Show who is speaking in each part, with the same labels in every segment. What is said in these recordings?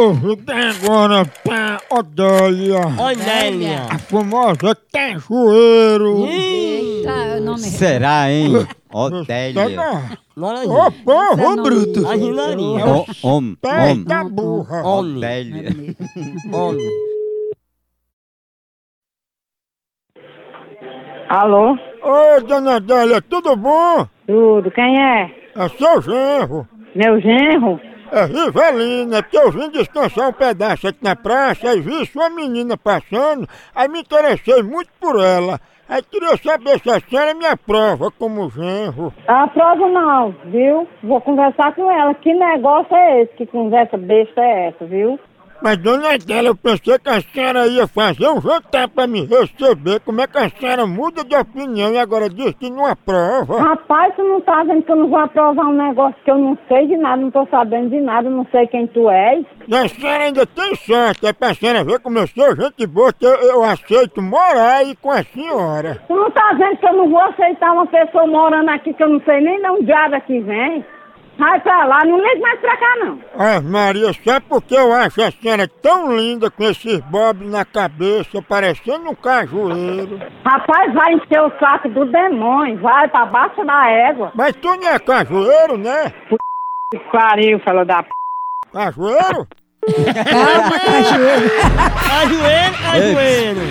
Speaker 1: ouviu dar agora pra Odélia,
Speaker 2: Olha
Speaker 1: a famosa Cajueiro.
Speaker 3: Tá, o nome
Speaker 4: Será, hein? Otélia.
Speaker 1: Odélia. Tá Ô,
Speaker 2: Noranjinha.
Speaker 1: porra, ô,
Speaker 3: Não.
Speaker 1: bruto.
Speaker 2: A Ginarinha.
Speaker 4: O- Om,
Speaker 1: Pé
Speaker 4: om,
Speaker 1: da tá burra.
Speaker 2: Homem.
Speaker 4: Otélia.
Speaker 2: Homem.
Speaker 5: Alô?
Speaker 1: Ô, dona Adélia, tudo bom?
Speaker 5: Tudo, quem é?
Speaker 1: É seu genro.
Speaker 5: Meu genro?
Speaker 1: É Rivelina, porque eu vim descansar um pedaço aqui na praça e vi sua menina passando, aí me interessei muito por ela. Aí queria saber se a senhora me aprova como genro.
Speaker 5: Aprovo não, viu? Vou conversar com ela. Que negócio é esse? Que conversa besta é essa, viu?
Speaker 1: Mas dona Adélia, eu pensei que a senhora ia fazer um jantar pra me receber. Como é que a senhora muda de opinião e agora diz que não aprova?
Speaker 5: Rapaz, tu não tá vendo que eu não vou aprovar um negócio que eu não sei de nada, não tô sabendo de nada, não sei quem tu és.
Speaker 1: E a senhora ainda tem sorte, é pra senhora ver como eu sou gente boa, que eu, eu aceito morar aí com a senhora.
Speaker 5: Tu não tá vendo que eu não vou aceitar uma pessoa morando aqui que eu não sei nem de onde diabo é que vem? Vai pra lá, não liga mais pra cá não.
Speaker 1: Ai, Maria, sabe por que eu acho a senhora tão linda com esses bobs na cabeça, parecendo um cajueiro?
Speaker 5: Rapaz, vai encher o saco do demônio, vai pra baixo da égua.
Speaker 1: Mas tu não é cajueiro, né?
Speaker 5: Que pariu, falou da p...
Speaker 1: Cajueiro?
Speaker 2: Ajoelho, ajoelho.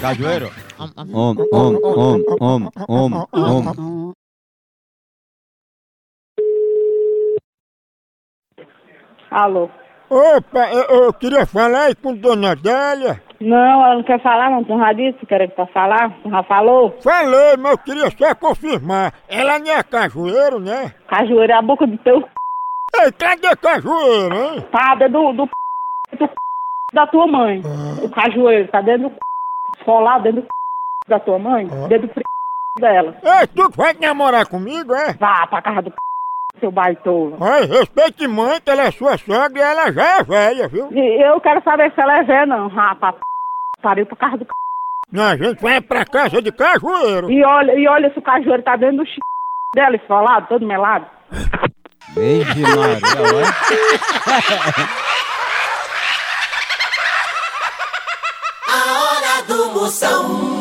Speaker 4: Cajueiro. Om, om, om, om, om, om.
Speaker 5: Alô?
Speaker 1: Opa, eu, eu queria falar aí com Dona Adélia.
Speaker 5: Não, ela não quer falar, não. Tu já disse que era pra falar? Tu já falou?
Speaker 1: Falei, mas eu queria só confirmar. Ela não é cajueiro, né?
Speaker 5: Cajueira é a boca do teu c...
Speaker 1: Ei, cadê cajueiro, hein?
Speaker 5: Pada do, do, c... do c... da tua mãe. O cajueiro tá dentro do c... Esfolado dentro do c... da tua mãe. Dentro do c... dela.
Speaker 1: Ei, tu que vai namorar comigo, é?
Speaker 5: Vá pra casa do c... seu baitola.
Speaker 1: Ai, respeite mãe, que ela é sua sogra e ela já é velha, viu?
Speaker 5: E eu quero saber se ela é velha, não. Rapaz, pariu pra casa do c...
Speaker 1: Não, a gente vai pra casa de cajueiro.
Speaker 5: E olha, e olha se o cajueiro tá dentro do c... dela, esfolado, todo melado.
Speaker 4: Vixe Maria, olha.
Speaker 6: A hora do Moção.